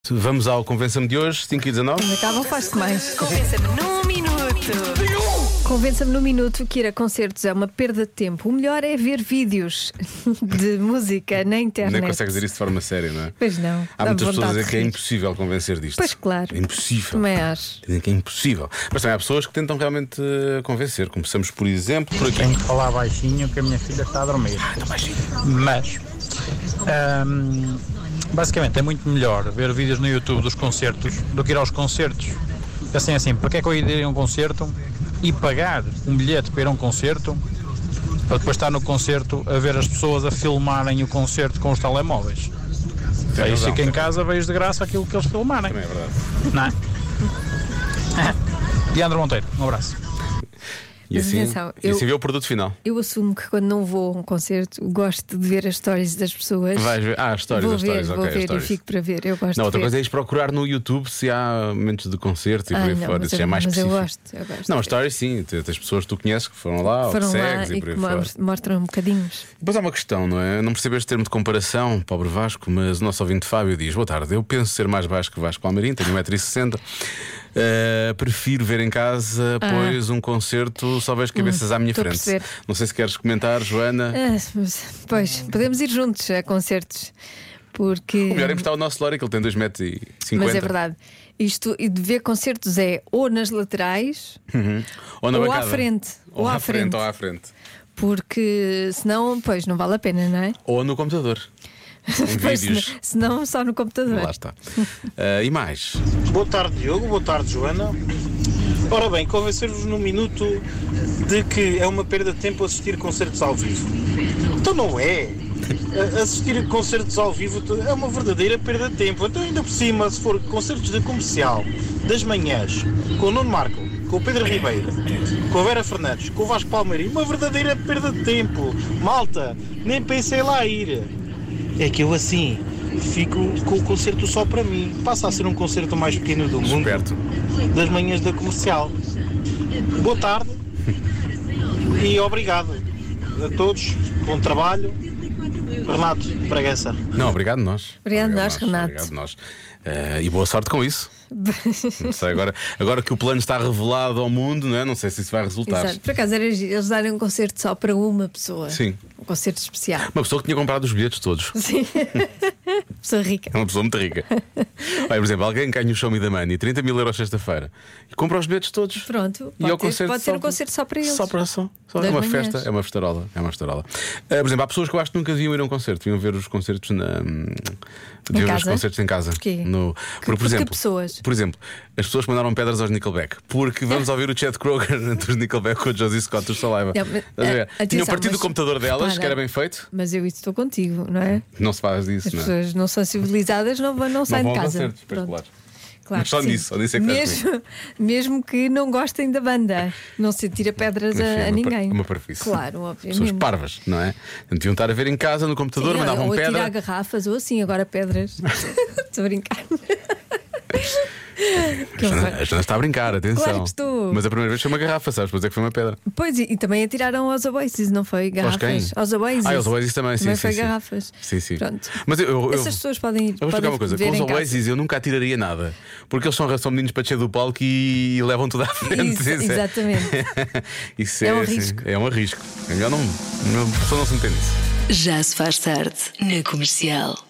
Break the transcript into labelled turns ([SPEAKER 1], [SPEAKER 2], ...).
[SPEAKER 1] minuto. Vamos ao Convença-me de hoje, 5 e 19.
[SPEAKER 2] Acabam, faz-se tá, mais.
[SPEAKER 3] Convença-me num minuto.
[SPEAKER 2] Convença-me num minuto que ir a concertos é uma perda de tempo. O melhor é ver vídeos de música na internet.
[SPEAKER 1] Nem consegues dizer isso de forma séria, não é?
[SPEAKER 2] Pois não.
[SPEAKER 1] Há
[SPEAKER 2] Dá
[SPEAKER 1] muitas
[SPEAKER 2] vontade
[SPEAKER 1] pessoas a
[SPEAKER 2] de
[SPEAKER 1] dizer que é
[SPEAKER 2] rir.
[SPEAKER 1] impossível convencer disto.
[SPEAKER 2] Pois claro.
[SPEAKER 1] É impossível.
[SPEAKER 2] Também acho.
[SPEAKER 1] Dizem que é impossível. Mas também há pessoas que tentam realmente eh, convencer. Começamos, por exemplo, por aqui.
[SPEAKER 4] Tenho que falar baixinho que a minha filha está a dormir. Mas, ahm, basicamente, é muito melhor ver vídeos no YouTube dos concertos do que ir aos concertos. Assim, assim, para que é que eu ia ir a um concerto e pagar um bilhete para ir a um concerto para depois estar no concerto a ver as pessoas a filmarem o concerto com os telemóveis? Aí
[SPEAKER 1] razão.
[SPEAKER 4] fica em casa, vejo de graça aquilo que eles filmarem.
[SPEAKER 1] Também é verdade.
[SPEAKER 4] Não é? Leandro Monteiro, um abraço.
[SPEAKER 1] E
[SPEAKER 2] Mas
[SPEAKER 1] assim,
[SPEAKER 2] atenção,
[SPEAKER 1] e
[SPEAKER 2] eu-
[SPEAKER 1] assim vê o produto final.
[SPEAKER 2] Eu assumo que quando não vou a um concerto, gosto de ver as histórias das pessoas.
[SPEAKER 1] Vais ver. Ah, histórias,
[SPEAKER 2] vou
[SPEAKER 1] as
[SPEAKER 2] ver,
[SPEAKER 1] histórias,
[SPEAKER 2] vou
[SPEAKER 1] ok, as
[SPEAKER 2] ver
[SPEAKER 1] histórias.
[SPEAKER 2] e fico para ver. Eu gosto
[SPEAKER 1] Não,
[SPEAKER 2] de
[SPEAKER 1] outra
[SPEAKER 2] ver.
[SPEAKER 1] coisa é ir procurar no YouTube se há momentos de concerto e por
[SPEAKER 2] ah,
[SPEAKER 1] aí
[SPEAKER 2] não,
[SPEAKER 1] fora.
[SPEAKER 2] mas,
[SPEAKER 1] Isso
[SPEAKER 2] eu,
[SPEAKER 1] é mais
[SPEAKER 2] mas eu
[SPEAKER 1] específico.
[SPEAKER 2] gosto.
[SPEAKER 1] Não,
[SPEAKER 2] Eu gosto de
[SPEAKER 1] as
[SPEAKER 2] ver.
[SPEAKER 1] histórias sim, tem tem as pessoas que tu conheces que foram lá, ou que
[SPEAKER 2] Foram lá
[SPEAKER 1] segues
[SPEAKER 2] e
[SPEAKER 1] e por aí
[SPEAKER 2] que
[SPEAKER 1] fora.
[SPEAKER 2] mos- mostram um bocadinhos.
[SPEAKER 1] Depois há uma questão, não é? Eu não percebo este termo de comparação, pobre Vasco, mas o nosso ouvinte Fábio diz: Boa tarde, eu penso ser mais baixo que Vasco Almeirim, tenho 1,60m. Uh, prefiro ver em casa, pois um concerto só vejo cabeças à minha
[SPEAKER 2] Ah. Hum, estou a
[SPEAKER 1] frente.
[SPEAKER 2] perceber.
[SPEAKER 1] Não sei se queres comentar, Joana.
[SPEAKER 2] Ah, mas- pois, podemos ir juntos a concertos. Porque.
[SPEAKER 1] Hum. O melhor é emprestar o nosso Lória, que ele tem 2,50m.
[SPEAKER 2] Mas é verdade. Isto e de ver concertos é ou nas laterais
[SPEAKER 1] Ou, na
[SPEAKER 2] ou à
[SPEAKER 1] bancada.
[SPEAKER 2] frente,
[SPEAKER 1] Ou, à frente. ou à frente.
[SPEAKER 2] porque senão, pois, não vale a pena, não é?
[SPEAKER 1] Ou no computador. Em
[SPEAKER 2] Pois,
[SPEAKER 1] vídeos.
[SPEAKER 2] senão- senão só no computador.
[SPEAKER 1] Lá está. Uh, e mais?
[SPEAKER 5] Boa tarde, Diogo. Boa tarde, Joana. Ora bem, convencer-vos num minuto de que é uma perda de tempo assistir concertos ao vivo. Então não é. A- Assistir a concertos ao vivo t- é uma verdadeira perda de tempo. Então, ainda por cima, se for concertos de comercial, das manhãs, com o Nuno Marco, com o Pedro Ribeiro, com a Vera Fernandes, com o Vasco Palmeirim, uma verdadeira perda de tempo. Malta, nem pensei lá ir. É que eu assim fico com o concerto só para mim. Passa a ser um concerto mais pequeno do mundo
[SPEAKER 1] Esperto.
[SPEAKER 5] das manhãs da comercial. Boa tarde e obrigado a todos. Bom trabalho. Renato Bragança.
[SPEAKER 1] Não, obrigado nós.
[SPEAKER 2] Obrigado nós, Renato.
[SPEAKER 1] Obrigado nós. Eh, e boa sorte com isso. Não sei, agora, agora que o plano está revelado ao mundo, não, é? não sei se isso vai resultar.
[SPEAKER 2] Exato. Por acaso era giro, eles darem um concerto só para uma pessoa.
[SPEAKER 1] Sim.
[SPEAKER 2] Um concerto especial.
[SPEAKER 1] Uma pessoa que tinha comprado os bilhetes todos.
[SPEAKER 2] Sim. pessoa rica.
[SPEAKER 1] É uma pessoa muito rica. Olha, por exemplo, alguém ganha o show me da money, 30 mil euros sexta-feira, e compra os bilhetes todos.
[SPEAKER 2] Pronto,
[SPEAKER 1] E ao
[SPEAKER 2] pode, ter,
[SPEAKER 1] concerto
[SPEAKER 2] pode ter
[SPEAKER 1] só-
[SPEAKER 2] um concerto só para eles.
[SPEAKER 1] Só para só. só.
[SPEAKER 2] Das
[SPEAKER 1] É uma
[SPEAKER 2] manhãs.
[SPEAKER 1] festa, é uma festarola. É uma festarola. Eh, por exemplo, há pessoas que eu acho que nunca deviam ir a um concerto, deviam ver os concertos na. hum, Deviam ver os
[SPEAKER 2] casa?
[SPEAKER 1] concertos em casa.
[SPEAKER 2] Porquê?
[SPEAKER 1] No, porque,
[SPEAKER 2] porque
[SPEAKER 1] por exemplo,
[SPEAKER 2] pessoas?
[SPEAKER 1] Por exemplo, as pessoas que mandaram pedras aos Nickelback. Porque vamos ouvir o Chad Kroger entre os Nickelback com o Josie Scott do Saliva.
[SPEAKER 2] Não, mas,
[SPEAKER 1] Estás a ver?
[SPEAKER 2] eh,
[SPEAKER 1] Tinham
[SPEAKER 2] atenção,
[SPEAKER 1] partido
[SPEAKER 2] mas
[SPEAKER 1] do computador delas,
[SPEAKER 2] repara.
[SPEAKER 1] que era bem feito.
[SPEAKER 2] Mas eu isso estou contigo, não é?
[SPEAKER 1] Não se faz isso,
[SPEAKER 2] As
[SPEAKER 1] não é?
[SPEAKER 2] pessoas não são civilizadas, não, vão- não saem
[SPEAKER 1] vão
[SPEAKER 2] de
[SPEAKER 1] a
[SPEAKER 2] casa.
[SPEAKER 1] concertos, pois,
[SPEAKER 2] Pronto.
[SPEAKER 1] claro.
[SPEAKER 2] Claro
[SPEAKER 1] Mas só
[SPEAKER 2] que
[SPEAKER 1] nisso,
[SPEAKER 2] sim.
[SPEAKER 1] só nisso é que estás
[SPEAKER 2] mesmo, mesmo que não gostem da banda, não se tira pedras
[SPEAKER 1] Enfim,
[SPEAKER 2] a,
[SPEAKER 1] é
[SPEAKER 2] a
[SPEAKER 1] uma
[SPEAKER 2] ninguém.
[SPEAKER 1] par- Uma parvície.
[SPEAKER 2] Claro,
[SPEAKER 1] Pessoas
[SPEAKER 2] obviamente.
[SPEAKER 1] parvas, não é? Deviam estar a ver em casa, no computador,
[SPEAKER 2] Sim,
[SPEAKER 1] mandavam
[SPEAKER 2] ou a
[SPEAKER 1] pedra.
[SPEAKER 2] tirar garrafas, ou assim, agora pedras. Estou a brincar. Que
[SPEAKER 1] Jana-
[SPEAKER 2] horror.
[SPEAKER 1] A Jana está a brincar, atenção.
[SPEAKER 2] Claro que estou.
[SPEAKER 1] Mas a primeira vez foi uma garrafa, sabes? Depois é que foi uma pedra.
[SPEAKER 2] pois, e, e também atiraram aos Oasis, não foi? Garrafas.
[SPEAKER 1] quem? Ah, aos Oasis também, sim, sim,
[SPEAKER 2] foi
[SPEAKER 1] sim.
[SPEAKER 2] garrafas.
[SPEAKER 1] Sim, sim.
[SPEAKER 2] Pronto.
[SPEAKER 1] Mas eu. eu, eu...
[SPEAKER 2] Essas pessoas podem ir.
[SPEAKER 1] eu vou explicar
[SPEAKER 2] podem
[SPEAKER 1] uma coisa,
[SPEAKER 2] ver
[SPEAKER 1] com os
[SPEAKER 2] em casa.
[SPEAKER 1] Oasis eu nunca atiraria nada, porque eles são, são meninos para descer do palco e, e levam tudo à frente.
[SPEAKER 2] Isso,
[SPEAKER 1] Isso é-
[SPEAKER 2] exatamente.
[SPEAKER 1] Isso
[SPEAKER 2] É um
[SPEAKER 1] assim,
[SPEAKER 2] risco.
[SPEAKER 1] É um risco. É melhor não. não- A pessoa não se entende nisso.
[SPEAKER 6] Já se faz tarde na comercial.